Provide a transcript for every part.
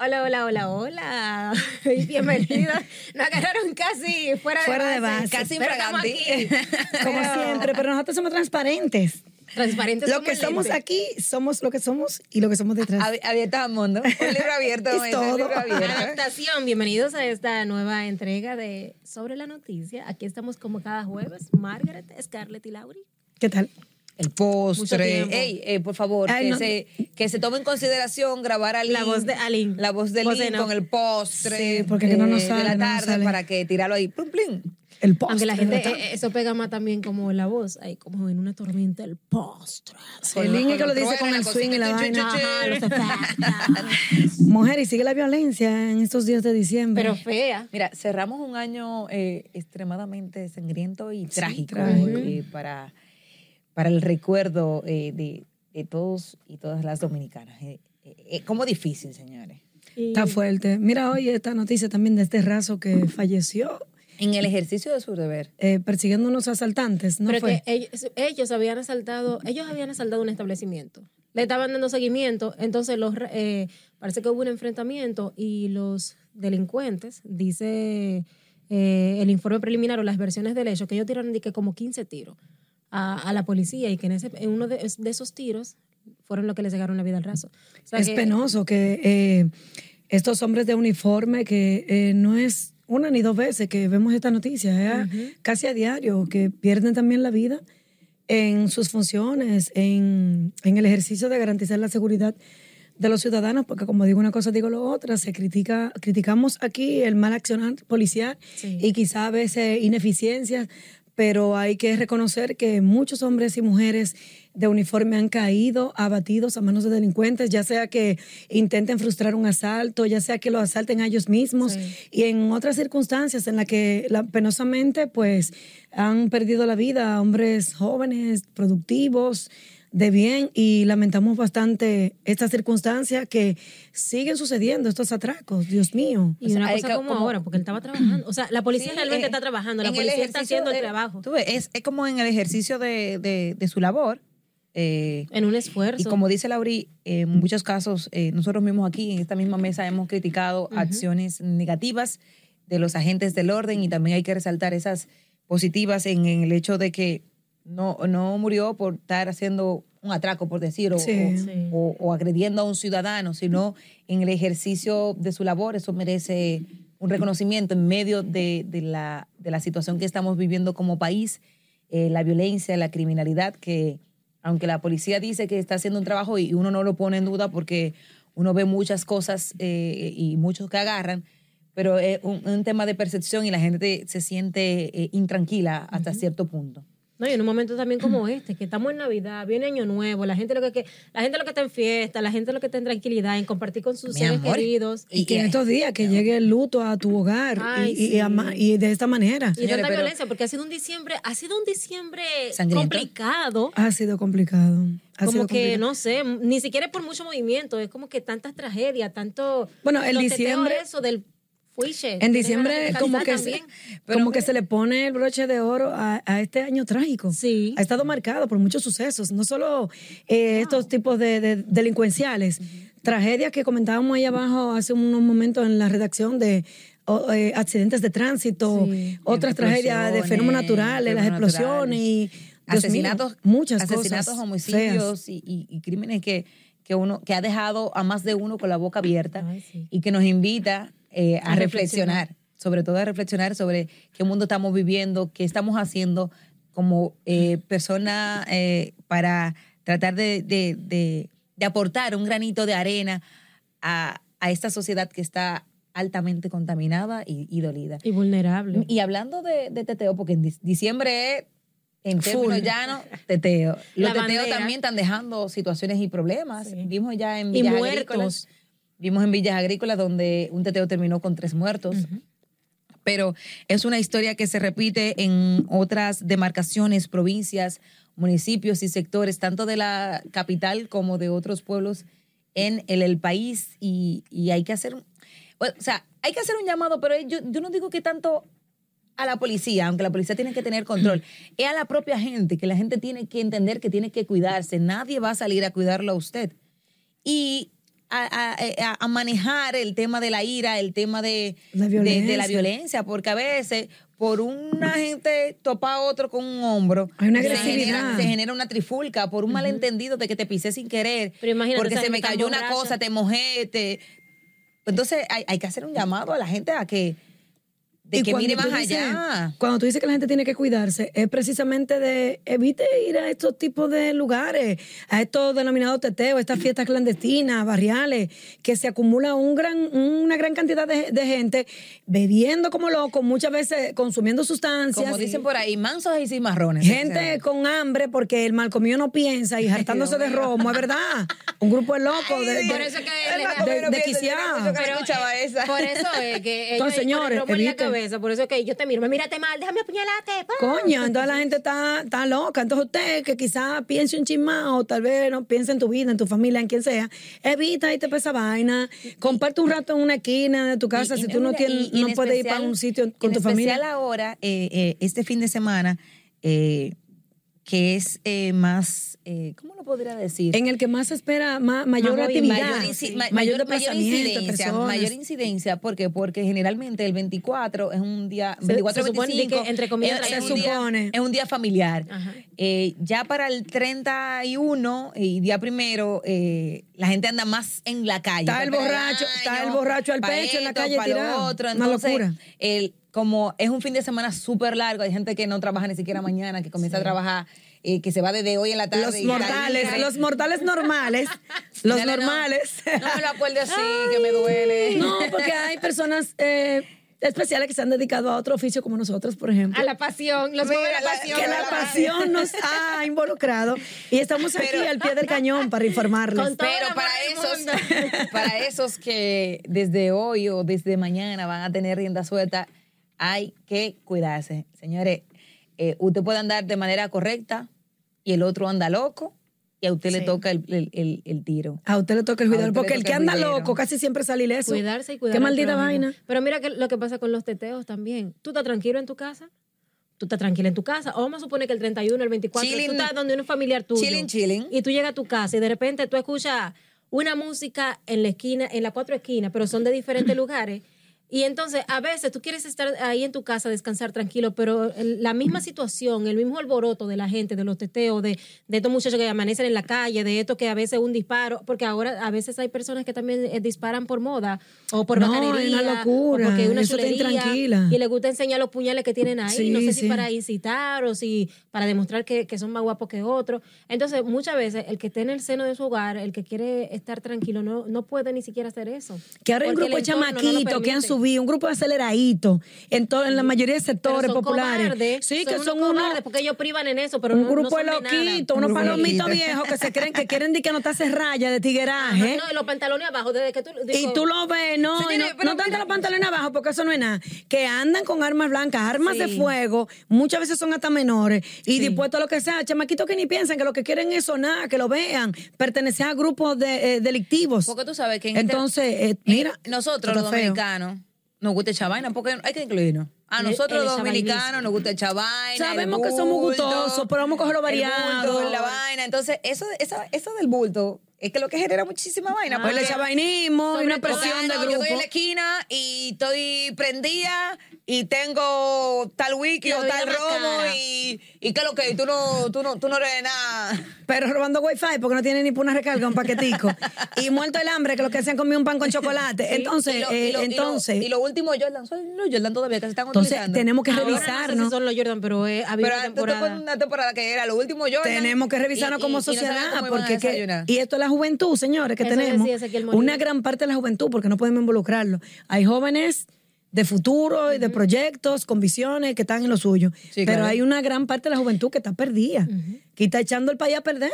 Hola, hola, hola, hola. Y Bienvenidos. Nos agarraron casi fuera de Fuera de base, base. Casi Pero infragante. Como Pero siempre, pero nosotros somos transparentes. Transparentes Lo como que el somos lente. aquí somos lo que somos y lo que somos detrás. Abi- Abierta al mundo. Un libro abierto. Es me dice, todo. Ah, Un libro abierto. Adaptación, bienvenidos a esta nueva entrega de Sobre la Noticia. Aquí estamos como cada jueves, Margaret, Scarlett y Lauri. ¿Qué tal? El Mucho postre. tiempo. Ey, eh, por favor, Ay, que, no. se, que se tome en consideración grabar a Lin, La voz de- a Lin. La voz de Voz Lin en off. con el postre. eh, Sí, porque que no nos De sale, la no nos tarde sale. para que tirarlo ahí. Plum, plum. El postre. Aunque la gente, ¿verdad? eh, eso pega más también como la voz, ahí como en una tormenta, el postre. Sí, el niño que lo dice con Truena, el swing y la cosita, vaina. chu, chu, chu. Ajá, los efectos. Mujer, y sigue la violencia en estos días de diciembre. Pero fea. Mira, cerramos un año eh, extremadamente sangriento y trágico trágico. eh, para, para el recuerdo eh, de, de todos y todas las dominicanas. Eh, eh, eh, ¿Cómo difícil, señores? Y- Está fuerte. Mira hoy esta noticia también de este raso que falleció En el ejercicio de su deber. eh, persiguiendo unos asaltantes, ¿no pero fue? que ellos, ellos habían asaltado, ellos habían asaltado un establecimiento. Le estaban dando seguimiento, entonces los re- eh, parece que hubo un enfrentamiento y los delincuentes, dice eh, el informe preliminar o las versiones del hecho, que ellos tiraron de que como 15 tiros a, a la policía y que en, ese, en uno de, de esos tiros fueron los que le sacaron la vida al raso. O sea es que- penoso que eh, estos hombres de uniforme, que eh, no es una ni dos veces que vemos esta noticia, es casi a diario, que pierden también la vida en sus funciones, en, en el ejercicio de garantizar la seguridad de los ciudadanos, porque como digo una cosa, digo lo otra, se critica, criticamos aquí el mal accionar policial Sí. y quizá a veces ineficiencias, pero hay que reconocer que muchos hombres y mujeres de uniforme han caído abatidos a manos de delincuentes, ya sea que intenten frustrar un asalto, ya sea que lo asalten a ellos mismos Sí. y en otras circunstancias en las que la- penosamente pues han perdido la vida hombres jóvenes, productivos, de bien y lamentamos bastante esta circunstancia que siguen sucediendo estos atracos, Dios mío. Y O sea, una hay cosa que- como, como- ahora, porque él estaba trabajando. O sea, la policía Sí, realmente eh, está trabajando, la en el policía está ejercicio haciendo el de- trabajo. tú ves, es, es como en el ejercicio de, de- de su labor. eh, En un esfuerzo. y como dice Lauri, en muchos casos, eh, nosotros mismos aquí en esta misma mesa hemos criticado acciones negativas de los agentes del orden y también hay que resaltar esas positivas en, en el hecho de que no, no murió por estar haciendo un atraco, por decir, o, Sí. o- Sí. o- o agrediendo a un ciudadano, sino en el ejercicio de su labor. Eso merece un reconocimiento en medio de, de la, de la situación que estamos viviendo como país, eh, la violencia, la criminalidad, que aunque la policía dice que está haciendo un trabajo y uno no lo pone en duda porque uno ve muchas cosas eh, y muchos que agarran, pero es un, un tema de percepción y la gente se siente eh, intranquila hasta cierto punto. No, y en un momento también como este, que estamos en Navidad, viene Año Nuevo, la gente lo que, que- la gente lo que está en fiesta, la gente lo que está en tranquilidad, en compartir con sus Mi seres amor. queridos. Y, Y que en que- estos días que llegue el luto a tu hogar y- Ay, y, y ama- y de esta manera. Y Señores, tanta pero- violencia, porque ha sido un diciembre, ha sido un diciembre Sangriento. complicado. Ha sido complicado. ha Como sido que, complicado. no sé, m- ni siquiera es por mucho movimiento, es como que tantas tragedias, tanto... Bueno, el los teteos diciembre- Eso del fuiche. En Tengo diciembre ganas de como cantar que, se, también. como que se le pone el broche de oro a, a este año trágico. Sí. Ha estado marcado por muchos sucesos, no solo eh, estos tipos de, de- delincuenciales, tragedias que comentábamos ahí abajo hace unos momentos en la redacción de o- eh, accidentes de tránsito, Sí. otras tragedias de Explosiones, fenómenos naturales, las fenómenos explosiones y Dios mío, asesinatos, muchas asesinatos, cosas feas. homicidios y, y- y crímenes que, que uno que ha dejado a más de uno con la boca abierta Ay, sí. y que nos invita eh, a, A reflexionar. reflexionar. sobre todo a reflexionar sobre qué mundo estamos viviendo, qué estamos haciendo como eh, persona eh, para tratar de, de- de- de aportar un granito de arena a, a esta sociedad que está altamente contaminada y- y dolida. Y vulnerable. Y hablando de, de teteo, porque en dic- diciembre es, en términos Full. llanos, teteo. Los La teteos bandera. también están dejando situaciones y problemas. Sí. Vimos ya en Y Villas muertos. Agrícolas. Vimos en Villas Agrícolas donde un teteo terminó con tres muertos. Pero es una historia que se repite en otras demarcaciones, provincias, municipios y sectores, tanto de la capital como de otros pueblos en el, el país. Y, y hay que hacer, o sea, hay que hacer un llamado, pero yo, yo no digo que tanto a la policía, aunque la policía tiene que tener control, es a la propia gente, que la gente tiene que entender que tiene que cuidarse. Nadie va a salir a cuidarlo a usted. Y a, eh, a- a- a manejar el tema de la ira, el tema de La de- de la violencia. violencia, porque a veces por una gente topa a otro con un hombro. Hay una se genera- agresividad. Se genera, una trifulca por un malentendido de que te pisé sin querer. Pero imagínate, porque esa se me gente tan cayó una borracha. cosa, te mojé, te... Entonces hay, hay que hacer un llamado a la gente a que, de Y que cuando mire más tú dices- allá. Cuando tú dices que la gente tiene que cuidarse, es precisamente de evite ir a estos tipos de lugares, a estos denominados teteos, estas fiestas clandestinas, barriales, que se acumula un gran, una gran cantidad de, de gente bebiendo como locos, muchas veces consumiendo sustancias. Como dicen por ahí, mansos y cimarrones. O sea, Gente con hambre porque el mal comido no piensa y hartándose de romo, es verdad. Un grupo de locos, de, de, Por eso que de- le da- de- de Pienso, yo quisiá. escucho que la escuchaba eh, esa. Por eso es que ellos Entonces, ahí ponen señores, romo en la eviten. cabeza, por eso es que yo te miro, me mírate mal, déjame apuñalarte. pa. Coño, Ah, entonces la gente está, está loca. Entonces usted que quizás piense un chismado, o tal vez no piense en tu vida, en tu familia, en quien sea, evita y te pesa vaina. Comparte un rato en una esquina de tu casa Y- si y- tú no, mira, tienes, y- y no en puedes ir especial- para un sitio con en tu especial familia. ahora, eh, eh, este fin de semana, eh, que es eh, más, eh, ¿cómo lo podría decir? En el que más se espera ma- mayor Más actividad, movimiento, inci- mayor, sí. ma- mayor mayor desplazamiento, de incidencia, personas. mayor incidencia, ¿por qué? Porque generalmente el 24 es un día, Se- 24 se supone 25, que, entre comillas, es, es se un día- supone. es un día familiar. Ajá. Eh, ya para el 31 y día primero, eh, la gente anda más en la calle. Está el Para borracho- está baño, el borracho al para pecho en la esto, calle para lo tirado. otro. Una Entonces, locura. el- como es un fin de semana súper largo, hay gente que no trabaja ni siquiera mañana, que comienza a trabajar, eh, que se va desde hoy en la tarde. Los y tal, y mortales, tal. los mortales normales, los Dale, no. normales. No, me lo acuerde así, que me duele. No, porque hay personas eh, especiales que se han dedicado a otro oficio como nosotros, por ejemplo. A la pasión, los juegos de la Mira, la- pasión. que la ¿verdad? pasión nos ha involucrado y estamos aquí al pie del cañón para Con informarles. todo el Pero amor para del esos, para esos que desde hoy o desde mañana van a tener rienda suelta, hay que cuidarse. Señores, eh, usted puede andar de manera correcta y el otro anda loco y a usted le toca el, el- el- el tiro. A usted le toca el A cuidar, usted le porque el toca que el anda juidero. loco casi siempre sale ileso. Cuidarse y cuidar. Qué al maldita prójimo. vaina. Pero mira que lo que pasa con los teteos también. Tú estás tranquilo en tu casa. Tú estás tranquila en tu casa. O vamos a suponer que el 31, el 24, Chilling. tú estás donde un familiar tuyo. Chilling, chilling. Y tú llegas a tu casa y de repente tú escuchas una música en la esquina, en las cuatro esquinas, pero son de diferentes lugares. Y entonces, a veces tú quieres estar ahí en tu casa, descansar tranquilo, pero el- la misma situación, el mismo alboroto de la gente, de los teteos, de, de estos muchachos que amanecen en la calle, de estos que a veces un disparo, porque ahora a veces hay personas que también eh, disparan por moda o por No, bacanería. es una locura, o porque hay una eso está chulería, intranquila. Y les gusta enseñar los puñales que tienen ahí. Sí, no sé sí. si para incitar o si para demostrar que, que son más guapos que otros. Entonces, muchas veces el que está en el seno de su hogar, el que quiere estar tranquilo, no, no puede ni siquiera hacer eso. Que ahora hay un Porque el grupo de entorno no lo chamaquitos que han permite. subido, un grupo de aceleraditos en, todo- en la mayoría de sectores Pero son populares. cobardes, sí, que son unos unos, cobardes, porque ellos privan en eso, pero un no- no grupo son de nada. loquito, Un unos grupo de palomitos loquitos. viejos que se creen que quieren di que no te haces raya de Ajá, tigueraje. no, y los pantalones abajo, desde que tú... ¿eh? Y digo, tú lo ves, no, Señores, y no, pero no tanto mira. los pantalones abajo, porque eso no es nada. Que andan con armas blancas, armas de fuego, muchas veces son hasta menores, y dispuestos a lo que sea, chamaquitos que ni piensan, que lo que quieren es sonar, que lo vean, pertenecer a grupos de, eh, delictivos. Porque tú sabes que en inter- Entonces, eh, mira. Nosotros está los feo. dominicanos nos gusta echar vaina, porque hay que incluirnos. A Eh, El- nosotros el los chavainismo. dominicanos nos gusta echar vaina. el Sabemos que somos bulto, gustosos, pero vamos a cogerlo el bulto, variado. la vaina. Entonces, eso, esa- eso del bulto es que lo que genera muchísima vaina. El porque- chavainismo y una Sobre todo, presión de Fulano, Ah, Yo grupo. estoy en la esquina y estoy prendida y tengo tal wiki Y o odio tal la romo cara. y, y que lo que tú no, tú no, tú no eres nada. Pero robando wifi porque no tiene ni por una recarga, un paquetico. y muerto el hambre, que lo que se han comido un pan con chocolate. Entonces, Y lo- eh, y lo- y lo- entonces. Y lo, último, Jordan, son los Jordan todavía que se están Entonces utilizando. tenemos que ahora no revisar, sé si ¿no? son los Jordan, pero eh, ha habido Pero una antes tocó temporada... una temporada que era lo último Jordan. Tenemos que revisarnos y- como y- y no sabemos sociedad, cómo iban a porque que- desayunar. y esto es la juventud, señores, que Eso decía tenemos Ezequiel Molina. una gran parte de la juventud, porque no podemos involucrarlo. Hay jóvenes de futuro y de proyectos, con visiones que están en lo suyo, Sí, pero claro. hay una gran parte de la juventud que está perdida, que está echando el país a perder.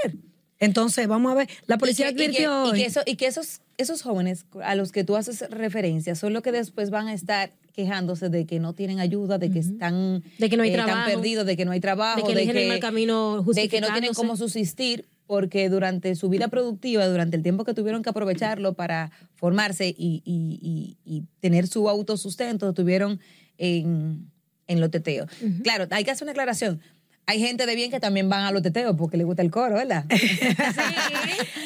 Entonces, vamos a ver, la policía y que, y que- advirtió y que hoy. eso- y que esos, esos jóvenes a los que tú haces referencia son los que después van a estar quejándose de que no tienen ayuda, de que están, eh, De que no hay están trabajo. perdidos, de que no hay trabajo, De que eligen el mal camino de que no justificándose. tienen cómo subsistir, porque durante su vida productiva, durante el tiempo que tuvieron que aprovecharlo para formarse y, y- y- y tener su autosustento, tuvieron en, en los teteos. Claro, hay que hacer una aclaración. Hay gente de bien que también van a los teteos porque les gusta el coro, ¿verdad?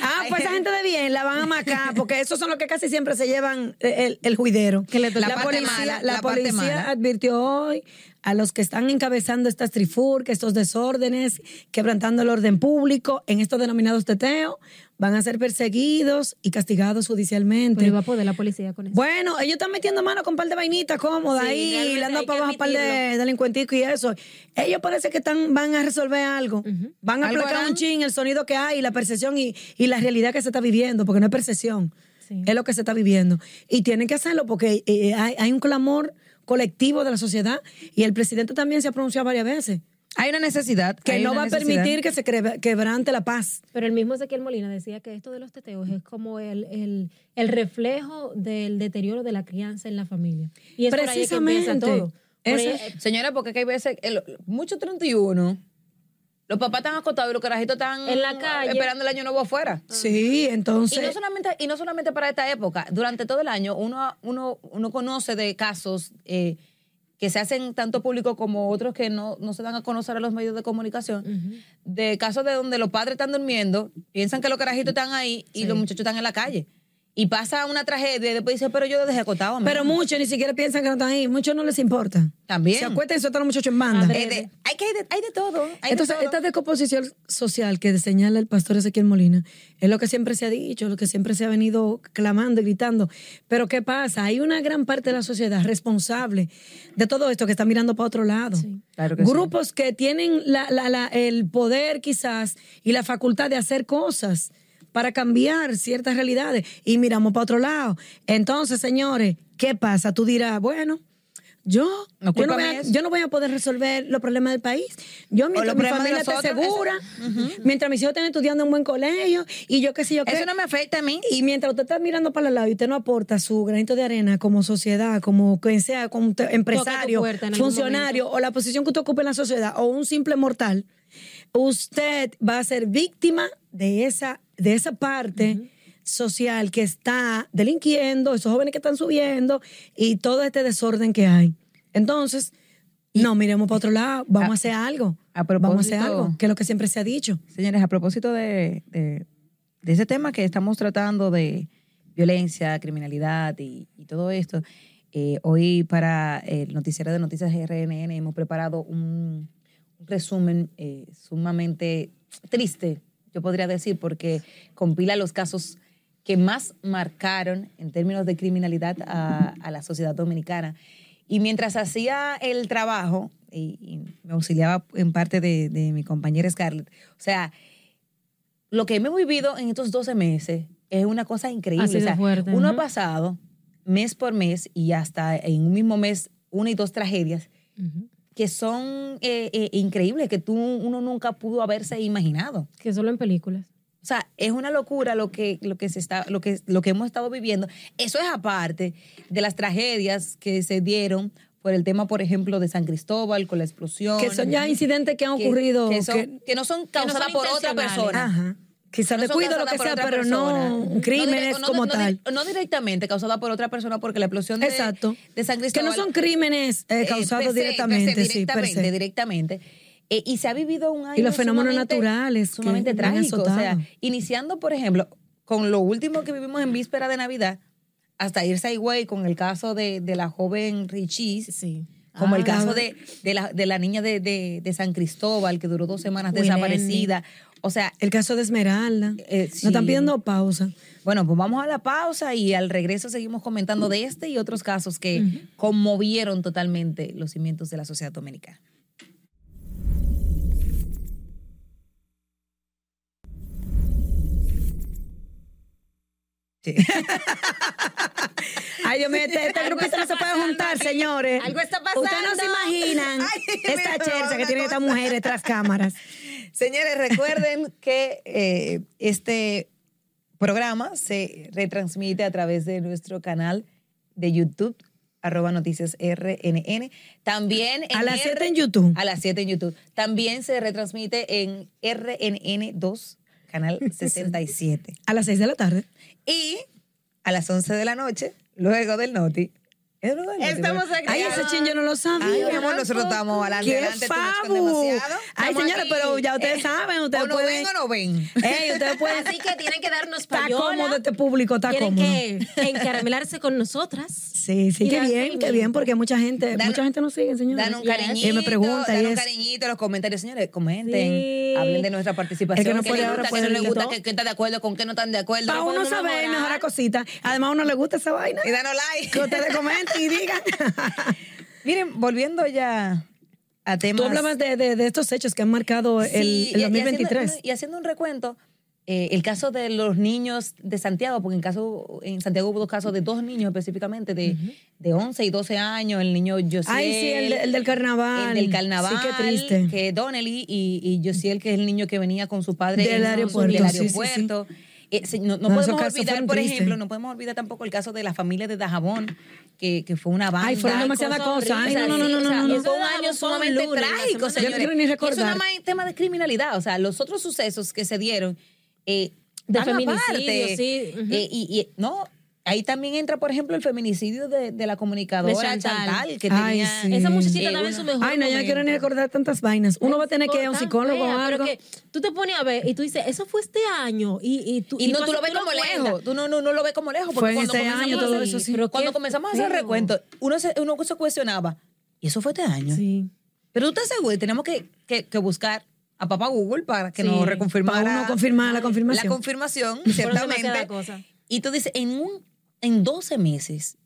Ah, pues esa gente de bien la van a marcar, porque esos son los que casi siempre se llevan eh, el, el juidero. La parte policía, mala, la la parte policía mala. advirtió hoy a los que están encabezando estas trifurcas, estos desórdenes, quebrantando el orden público en estos denominados teteos, van a ser perseguidos y castigados judicialmente. Pero iba a poder la policía con eso. Bueno, ellos están metiendo mano con un par de vainitas cómodas Sí, ahí, le realmente hay dando para que abajo un par de admitirlo. delincuenticos y eso. Ellos parece que están, van a resolver algo. Van a ¿Algo aplicar harán? un chin el sonido que hay, la percepción y, y la realidad que se está viviendo, porque no es percepción, Sí. es lo que se está viviendo. Y tienen que hacerlo porque eh, hay, hay un clamor colectivo de la sociedad y el presidente también se ha pronunciado varias veces Hay una necesidad. que hay no una va a necesidad. permitir que se crebe- quebrante la paz. Pero el mismo Ezequiel Molina decía que esto de los teteos es como el, el, el reflejo del deterioro de la crianza en la familia. Y es por ahí que empieza Precisamente. todo. Por ahí- Ese- e- Señora, porque es que hay veces, el- muchos 31, los papás están acostados y los carajitos están En la calle. esperando el año nuevo afuera. Sí, entonces... Ah. Y no, solamente, y no solamente para esta época, durante todo el año uno, uno, uno conoce de casos eh, que se hacen tanto público como otros que no, no se dan a conocer a los medios de comunicación, de casos de donde los padres están durmiendo, piensan que los carajitos están ahí y los muchachos están en la calle. Y pasa una tragedia y después dice, pero yo lo dejé acotado. mamá". Pero muchos ni siquiera piensan que no están ahí, muchos no les importa. También. Se acuestan y sueltan a los muchachos en banda. Eh, de- hay, que, hay, de, hay de todo. hay de Entonces, todo. esta descomposición social que señala el pastor Ezequiel Molina es lo que siempre se ha dicho, lo que siempre se ha venido clamando y gritando. Pero ¿qué pasa? Hay una gran parte de la sociedad responsable de todo esto que está mirando para otro lado. Claro que sí. Grupos que tienen la- la- la- el poder quizás y la facultad de hacer cosas para cambiar ciertas realidades y miramos para otro lado. Entonces, señores, ¿qué pasa? Tú dirás, bueno, yo No yo no, culpa voy mía a, eso. yo no voy a poder resolver los problemas del país. Yo mientras los mi problemas de familia está nosotros, segura, mientras mis hijos están estudiando en un buen colegio y yo qué sé yo qué. Eso no me afecta a mí. Y mientras usted está mirando para el lado y usted no aporta su granito de arena como sociedad, como quien sea, como usted- empresario, puerta en algún funcionario o la posición que usted ocupe en la sociedad o un simple mortal, usted va a ser víctima de esa, de esa parte social que está delinquiendo, esos jóvenes que están subiendo y todo este desorden que hay. Entonces, no miremos para otro lado, vamos a, A- hacer algo. a vamos a hacer propósito- algo, que es lo que siempre se ha dicho. Señores, a propósito de, de- de ese tema que estamos tratando de violencia, criminalidad y, y todo esto, eh, hoy para el noticiero de Noticias RNN hemos preparado un, un resumen eh, sumamente triste, yo podría decir, porque compila los casos que más marcaron en términos de criminalidad a, a la sociedad dominicana. Y mientras hacía el trabajo, y, y me auxiliaba en parte de, de mi compañera Scarlett, o sea, lo que hemos vivido en estos 12 meses es una cosa increíble. Ha sido O sea, fuerte, uno ¿no? ha pasado mes por mes y hasta en un mismo mes una y dos tragedias Ujú. que son eh, eh, increíbles, que tú, uno nunca pudo haberse imaginado. Que solo en películas. O sea, es una locura lo que, lo que se está, lo que, lo que hemos estado viviendo. Eso es aparte de las tragedias que se dieron por el tema, por ejemplo, de San Cristóbal, con la explosión. Que son ya incidentes que han ocurrido. Que, son- que- que no son no son causadas por otra intencionales. persona. Ajá. Quizás No son descuido lo causadas que por sea, otra pero persona. no No crímenes directo- no- como no di- tal. No directamente causada por otra persona, porque la explosión de, Exacto. de San que Cristóbal. no son crímenes eh, eh, causados per se, per se, directamente, sí, per directamente, se. directamente. Eh, y se ha vivido un año los fenómenos sumamente- naturales que sumamente nos han trágico. O sea, azotado. iniciando, por ejemplo, con lo último que vivimos en víspera de Navidad, hasta irse a Higüey con el caso de, de la joven Richie, Sí. como Ah, el caso la- de, de la, de la niña de, de- de San Cristóbal, que duró dos semanas Wileni. desaparecida. O sea, El caso de Esmeralda. Eh, Nos sí. están pidiendo pausa. bueno, pues vamos a la pausa y al regreso seguimos comentando de este y otros casos que conmovieron totalmente los cimientos de la sociedad dominicana. Ay, Dios mío, este, este Algo grupito no está se puede pasando juntar, aquí. señores. Algo está pasando. Ustedes no se imaginan Ay, esta mira, chercha que una tienen estas cosa. mujeres tras cámaras. Señores, recuerden que eh, este programa se retransmite a través de nuestro canal de YouTube, arroba noticias RNN. También en A las R- 7 en YouTube. A las 7 en YouTube. También se retransmite en RNN2, canal 67. A las 6 de la tarde. y a las 11 de la noche, luego del noti, Es verdad, yo digo, Estamos Ay, ese agregados. chin yo no lo sabía. Ay, mi amor, nosotros estamos adelante, ¡Qué adelante, tú nos buscan fabu! demasiado. Ay, Estamos señores, aquí. Eh, pero ya ustedes saben, ustedes o no pueden... ven o no ven. Ey, ustedes pueden... Así que tienen que darnos Está payola. cómodo este público, está Tienen cómodo. que encaramelarse con nosotras. Sí, sí, Y qué dan bien, qué cariñito. bien, porque mucha gente, Dan- mucha gente nos sigue, señores. Dan un Yes. cariñito, Y me pregunta, dan y un es- cariñito en los comentarios. Señores, comenten, Sí. hablen de nuestra participación. El que no qué puede le ahora gusta, qué puede no le oír gusta, todo. qué qué está de acuerdo, con qué no están de acuerdo. Para uno podemos saber enamorar. mejor cositas. Además, a uno le gusta esa vaina. Y danos like. Que ustedes comenten y digan. Miren, volviendo ya a temas... Tú hablabas de, de- de estos hechos que han marcado el- Sí, el, y- y haciendo- 2023. Y haciendo, un recuento, eh, el caso de los niños de Santiago, porque en, caso, en Santiago hubo dos casos de dos niños específicamente, de, de 11 y 12 años, el niño Josiel. Ay, sí, el, de- el del carnaval. el del carnaval, Sí, qué triste. que Donnelly y, y Josiel, que es el niño que venía con su padre Del en- aeropuerto, del sí, sí, sí. aeropuerto. Eh, se- no No, no esos podemos casos olvidar, fueron por tristes. ejemplo, no podemos olvidar tampoco el caso de la familia de Dajabón, que, que fue una banda. Ay, fueron demasiadas cosas. Ay, O sea, no, no, sí, no, o no, sea, no, no. Fue un año Dajabón fue un sumamente lunes, la semana trágico, Yo señores. no quiero ni Es recordar. una más tema de criminalidad. O sea, los otros sucesos que se dieron eh, De van feminicidio, aparte. sí, ujú. Eh, y, y- no, ahí también entra, por ejemplo, el feminicidio de, de la comunicadora De Chantal. Chantal. que Ay, tenía... sí. Esa muchachita Eh, estaba en una- su mejor Ay, no, yo no quiero ni momento. recordar tantas vainas. Uno va a tener que ir a un Tan psicólogo o fea, pero algo. que tú te pones a ver y tú dices, eso fue este año. Y, y tú, Y no, tú lo ves como cuentas. lejos. Tú no, no, no lo ves como lejos. Porque Fue en cuando este comenzamos año a todo hacer- eso, sí. Pero Cuando qué comenzamos a hacer feo. recuento, uno se, uno se cuestionaba. Y eso fue este año. Sí. Pero tú estás seguro, tenemos que, que, que buscar a papá Google para que Sí, nos reconfirmara. para uno confirmar la confirmación. La confirmación, demasiadas ciertamente. cosas. Y tú dices, en, un, en 12 meses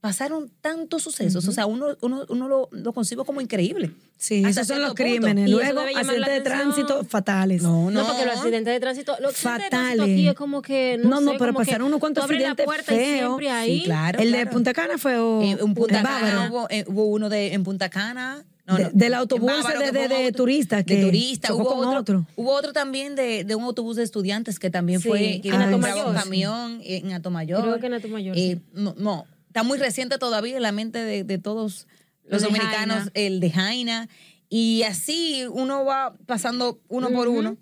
pasaron tantos sucesos. O sea, uno, uno, uno lo, lo concibo como increíble. Sí, Hasta esos son los cierto punto. crímenes. Y eso Luego, debe llamar accidentes la de atención. tránsito fatales. No, No, no. porque los accidentes de tránsito, los accidentes de tránsito Fatales. aquí es como que no, No, no, sé, pero como que pasaron unos cuantos tú abres la accidentes puerta y feos. siempre Sí, ahí. claro, el de claro. Punta Cana fue o, Eh, en Punta en Bávaro. Cana hubo, eh, hubo uno de, en Punta Cana. De- del autobús en Bávaro, de- que de- fue un de auto- turistas De que turistas. chocó Hubo con otro, otro. Hubo otro también de, de un autobús de estudiantes que también Sí, fue que Ah, en encontraba un Atomayor. camión eh, en Atomayor. Creo que en Atomayor, Eh, sí. no, no, está muy reciente todavía en la mente de, de todos Lo los de dominicanos, Jaina. el de Jaina. Y así uno va pasando uno por uno.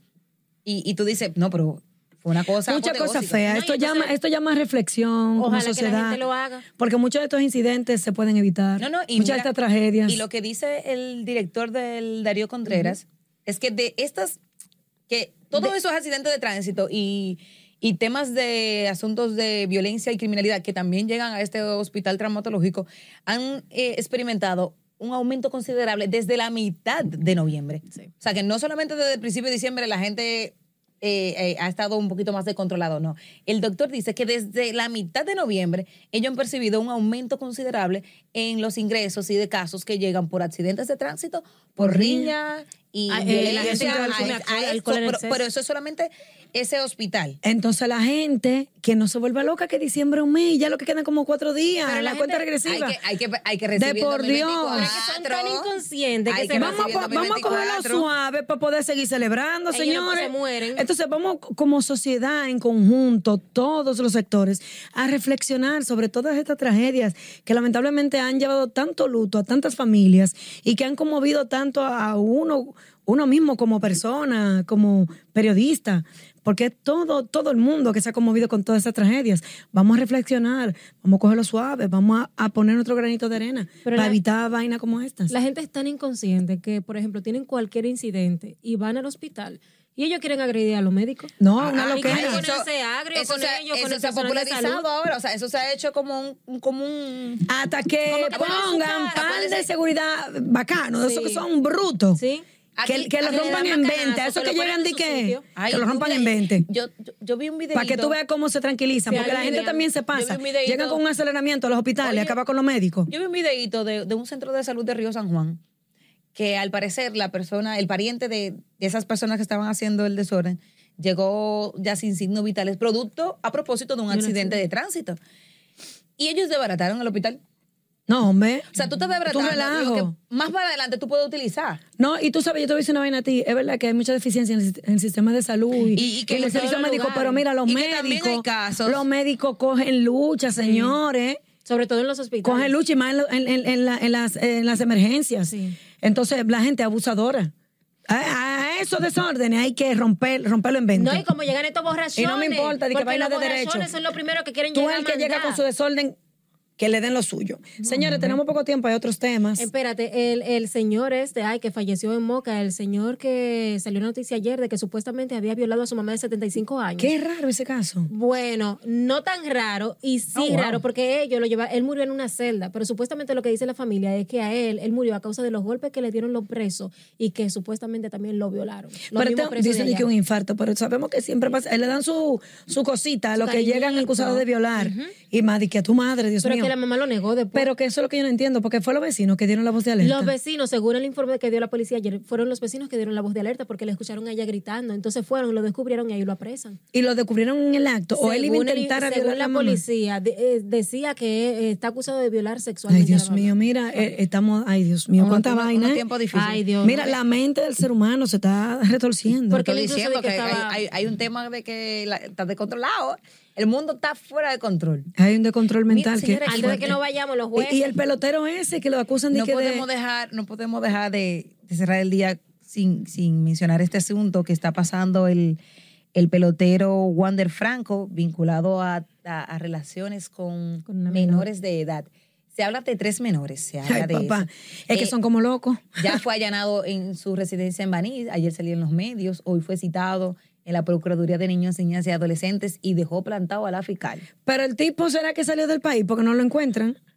Y, y tú dices, no, pero fue una cosa. Muchas cosas apoteósica. feas. No, y esto, entonces- llama, esto llama a reflexión como Ojalá que la sociedad. gente lo haga. Porque muchos de estos incidentes se pueden evitar. No, no, muchas y mira, de estas tragedias. Y lo que dice el director del Darío Contreras es que de estas, que todos esos accidentes de tránsito y, y temas de asuntos de violencia y criminalidad que también llegan a este hospital traumatológico han eh, experimentado un aumento considerable desde la mitad de noviembre. O sea, que no solamente desde el principio de diciembre la gente eh, eh, ha estado un poquito más descontrolado, no. El doctor dice que desde la mitad de noviembre ellos han percibido un aumento considerable en los ingresos y de casos que llegan por accidentes de tránsito, por riña y Ah, eh, violencia, el asunto del a- alcohol, alcohol, a- a- alcohol en pero- exceso. pero eso es solamente ese hospital. Entonces la gente que no se vuelva loca que diciembre es un mes y ya lo que quedan como cuatro días. Pero la, la cuenta gente- Hay regresiva. que, hay que, hay que De recibir el por Dios. Pero 2024. que son tan inconscientes que Hay se recibir Vamos, a el po- vamos a 2024. cogerlo suave para poder seguir celebrando, Ellos no señores. se mueren. Entonces, vamos c- como sociedad en conjunto, todos los sectores, a reflexionar sobre todas estas tragedias que lamentablemente han llevado tanto luto a tantas familias y que han conmovido tanto a a uno, uno mismo como persona, como periodista. Porque es todo, todo el mundo que se ha conmovido con todas estas tragedias. Vamos a reflexionar, vamos a cogerlo suave, vamos a, a poner nuestro granito de arena Pero la- para evitar vainas como estas. La gente es tan inconsciente que, por ejemplo, tienen cualquier incidente y van al hospital y ellos quieren agredir a los médicos. No, una Ah, y que loquera. hay ponerse agrio eso con se ha- ellos, con eso el se ha personal de salud. popularizado ahora, o sea, eso se ha hecho como un, un- como un Hasta que que pongan pongan su cara, pan de parece- seguridad bacano, de esos que Sí. son brutos. Sí. Que, Aquí- que los aquí le rompan dan en macanazo, 20, a esos que que lo llegan ponen de en su que, sitio. Ay, que los rompan mira, en 20. Yo, yo, yo vi un video. Para que tú veas cómo se tranquilizan, Sí, porque hay la un gente video. también se Yo pasa. vi un videíto. Llegan con un aceleramiento a los hospitales, Oye. acaba con los médicos. Yo vi un videíto de, de un centro de salud de Río San Juan que al parecer la persona, el pariente de, de esas personas que estaban haciendo el desorden, llegó ya sin signos vitales, producto a propósito de un accidente de tránsito. Y ellos desbarataron el hospital. No, hombre. O sea, tú estás desbaratando lo relajo. que más para adelante tú puedes utilizar. No, y tú sabes, yo te voy a decir una vaina a ti. Es verdad que hay mucha deficiencia en el, sis- en el sistema de salud y, Y- y que en el en todos servicio los médico, lugares. pero mira, los Y que también médicos. hay casos. Los médicos cogen lucha, señores. Sobre todo en los hospitales. Cogen lucha y más en, lo- en- en- en la- en las, en las emergencias. Sí. Entonces, la gente abusadora. A, a esos desórdenes hay que romper, romperlo en 20. No, y como llegan estos borrachones. Y no me importa, de que porque vaina los de derecho. borrachones son los primeros que quieren Tú llegar el a que llega mandar. con su desorden, que le den lo suyo. Señores, tenemos poco tiempo, hay otros temas. Espérate, el, el señor este, ay, que falleció en Moca, el señor que salió una noticia ayer de que supuestamente había violado a su mamá de 75 años. Qué raro ese caso. Bueno, no tan raro y sí Oh, wow. raro porque ellos lo lleva, él murió en una celda, pero supuestamente lo que dice la familia es que a él él murió a causa de los golpes que le dieron los presos y que supuestamente también lo violaron. Los Pero mismos te- presos de dicen allá. que un infarto, pero sabemos que siempre pasa. eh, Le dan su, su cosita a los que llegan cariñito. acusados de violar. Y más, de que a tu madre, Dios pero mío. que la mamá lo negó después. Pero que eso es lo que yo no entiendo, porque fue los vecinos que dieron la voz de alerta. Los vecinos, según el informe que dio la policía ayer, fueron los vecinos que dieron la voz de alerta porque le escucharon a ella gritando. Entonces fueron, lo descubrieron y ahí lo apresan. y lo descubrieron en el acto. o él iba a Según el- intentar a según violar a la la mamá. policía, de- eh, decía que eh, está acusado de violar sexualmente Ay, a la Dios mamá. mío, mira, eh, estamos. Ay, Dios mío, Uno- cuánta uno- vaina. unos eh. tiempos difíciles. Ay, Dios. Mira, la mente del ser humano se está retorciendo. Porque él Estoy incluso diciendo de que, que estaba- hay, hay- hay un tema de que la- está descontrolado. El mundo está fuera de control. Hay un descontrol mental Mira, señora, que. Antes de que nos vayamos los jueces. Y, y el pelotero ese que lo acusan de No que de- podemos dejar, no podemos dejar de, de cerrar el día sin, sin mencionar este asunto que está pasando el, el pelotero Wander Franco vinculado a, a- a relaciones con, Con una menores de edad. Se habla de tres menores, se habla Ay, de papá, eso. es que Eh, son como locos. Ya fue allanado en su residencia en Baní, ayer salió en los medios, hoy fue citado en la Procuraduría de Niños, Niñas y Adolescentes y dejó plantado a la fiscal. Pero el tipo será que salió del país porque no lo encuentran.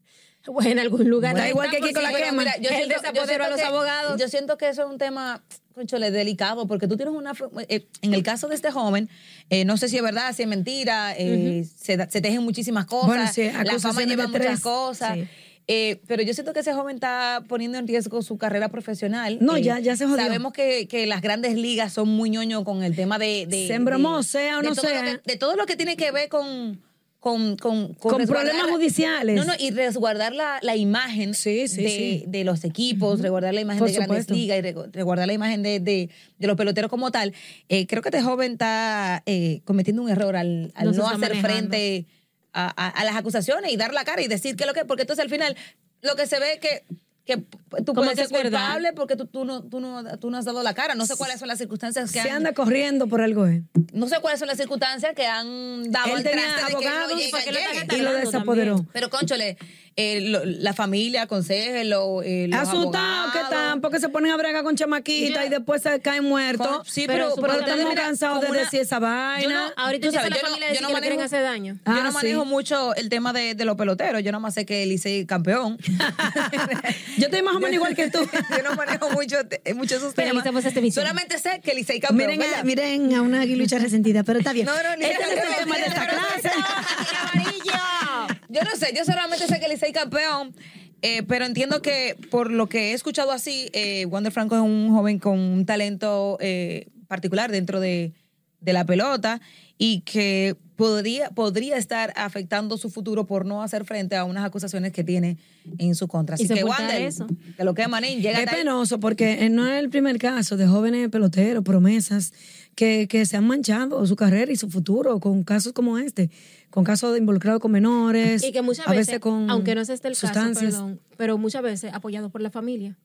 Bueno, en algún lugar. Da Ahí igual está, que Kiko por la si- quema. Mira, Yo Él desapoderó a los que- abogados. Yo siento que eso es un tema, conchole, delicado, porque tú tienes una... eh, en el caso de este joven, eh, no sé si es verdad, si es mentira, eh, se, da- se tejen muchísimas cosas, Bueno, sí, la fama acusaciones lleva de muchas tres. cosas. Sí. eh, pero yo siento que ese joven está poniendo en riesgo su carrera profesional. No, Eh, ya- ya se jodió. Sabemos que, que las grandes ligas son muy ñoño con el tema de... de Sembromó, de- sea o de no todo lo sea. que- de todo lo que tiene que ver con... Con, con, Con resguardar- problemas judiciales. No, no, y resguardar la, la imagen Sí, sí, de, sí. de los equipos, resguardar la imagen Por de grandes supuesto. ligas y regu- resguardar la imagen de, de- de los peloteros como tal. Eh, creo que este joven está eh, cometiendo un error al, al No no, se está hacer manejando. frente a, a- a las acusaciones y dar la cara y decir que lo que, porque entonces al final lo que se ve es que que tú Como puedes que ser es verdad. culpable porque tú, tú no, tú, no, tú no has dado la cara. No sé cuáles son las circunstancias que Se han- anda corriendo por algo. eh. No sé cuáles son las circunstancias que han dado Él al tenía traste de que él no abogados llega, porque lo llegue. están y lo tardando desapoderó. también. Pero, conchole, eh, lo- la familia, consejelo, eh, los Asustados que abogados. están porque se ponen a bregar con chamaquita Yo- y después se caen muertos. Con- sí, Pero pero, pero, supuestamente- estamos ustedes, mira, cansados de con una- decir esa Yo vaina. no, ahorita Tú empieza sabes, la yo no- familia a yo decir no que le quieren manejo- hacer daño. Ah, yo no manejo sí. mucho el tema de, de los peloteros. Yo nomás sé que el Licey es campeón. Yo estoy más o menos igual que tú. yo no manejo mucho, te- mucho esos Pero temas. analizamos este misil. Solamente sé que el Licey es campeón. miren, a, ¿verdad? miren a una aguilucha resentida, pero está bien. No, no, ni- este no es el tema de esta clase. Yo no sé, yo solamente sé que el Licey campeón, eh, pero entiendo que por lo que he escuchado así, eh, Wander Franco es un joven con un talento eh, particular dentro de, de la pelota y que podría, podría estar afectando su futuro por no hacer frente a unas acusaciones que tiene en su contra. Así Y que sepultar Wander, eso. que lo que es Manín, llega Es hasta ahí. penoso porque eh, no es el primer caso de jóvenes peloteros, promesas, que, que se han manchado su carrera y su futuro con casos como este, con casos de involucrados con menores. Y que muchas a veces, con aunque no es este el sustancias. caso, perdón, pero muchas veces apoyado por la familia.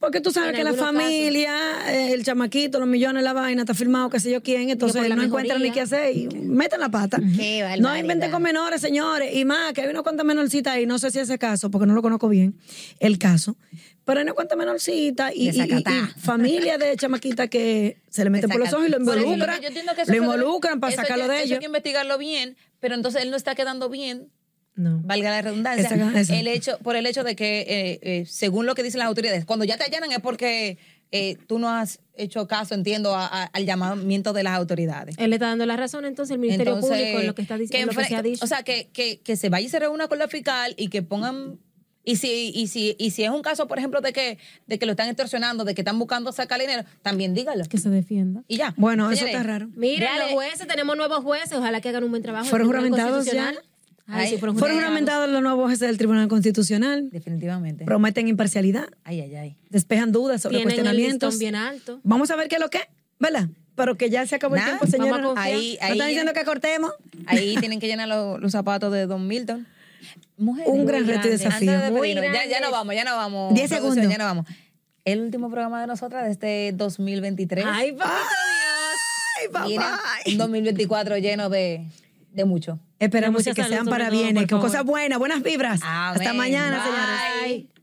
Porque tú sabes En que la algunos familia, eh, el chamaquito, los millones, la vaina, está firmado, qué sé yo quién, entonces por la no encuentran ni mejoría. qué hacer y meten la pata. Qué no barbaridad. inventen con menores, señores. Y más, que hay una cuanta menorcita ahí, no sé si ese caso, porque no lo conozco bien, el caso. Pero hay una cuanta menorcita y, y- y- Desacatá. y familia de chamaquita que se le meten por los Saca- ojos y lo Por eso, involucran. yo entiendo que eso Lo se debe- involucran para eso sacarlo ya- de eso ellos. Hay que investigarlo bien, pero entonces él no está quedando bien No. valga la redundancia, Esa- esa. el hecho, por el hecho de que, eh, eh, según lo que dicen las autoridades, cuando ya te allanan es porque eh, tú no has hecho caso, entiendo, a- a- al llamamiento de las autoridades. Él le está dando la razón entonces el Ministerio Entonces, Público en lo que está que diciendo, lo que enfre- se ha dicho. O sea, que, que, que se vaya y se reúna con la fiscal y que pongan... Y si, y, si, y si es un caso, por ejemplo, de que, de que lo están extorsionando, de que están buscando sacar dinero, también dígalo. que se defienda. Y ya. Bueno, eso Señores, está raro. Mira, Dale. los jueces, tenemos nuevos jueces, ojalá que hagan un buen trabajo. ¿Fueron El Tribunal juramentados ya? Constitucional. Ay, sí, fueron Fueron juramentados. juramentados los nuevos jueces del Tribunal Constitucional, Definitivamente. prometen imparcialidad, Ay, ay, ay. despejan dudas sobre Tienen el cuestionamientos. listón bien alto. Vamos a ver qué es lo que, es, ¿verdad? Pero que ya se acabó Nah, el tiempo, señora. vamos a confiar. Ahí, ahí, están diciendo que cortemos. Ahí tienen que llenar los, los zapatos de Don Milton. Mujeres Un muy gran reto y grandes. desafío. Antes de Muy despedirnos, ya, ya grandes. no vamos, ya no vamos. Diez producción, segundos. Ya no vamos. El último programa de nosotras de este 2023. Ay, papito Dios. Ay, papá. Viene un 2024 lleno de, de mucho. Esperamos mucha que salud, sean sobre para todo, bienes, por que favor. cosas buenas, buenas vibras. Hasta Amén. mañana, Bye. señores. Ay.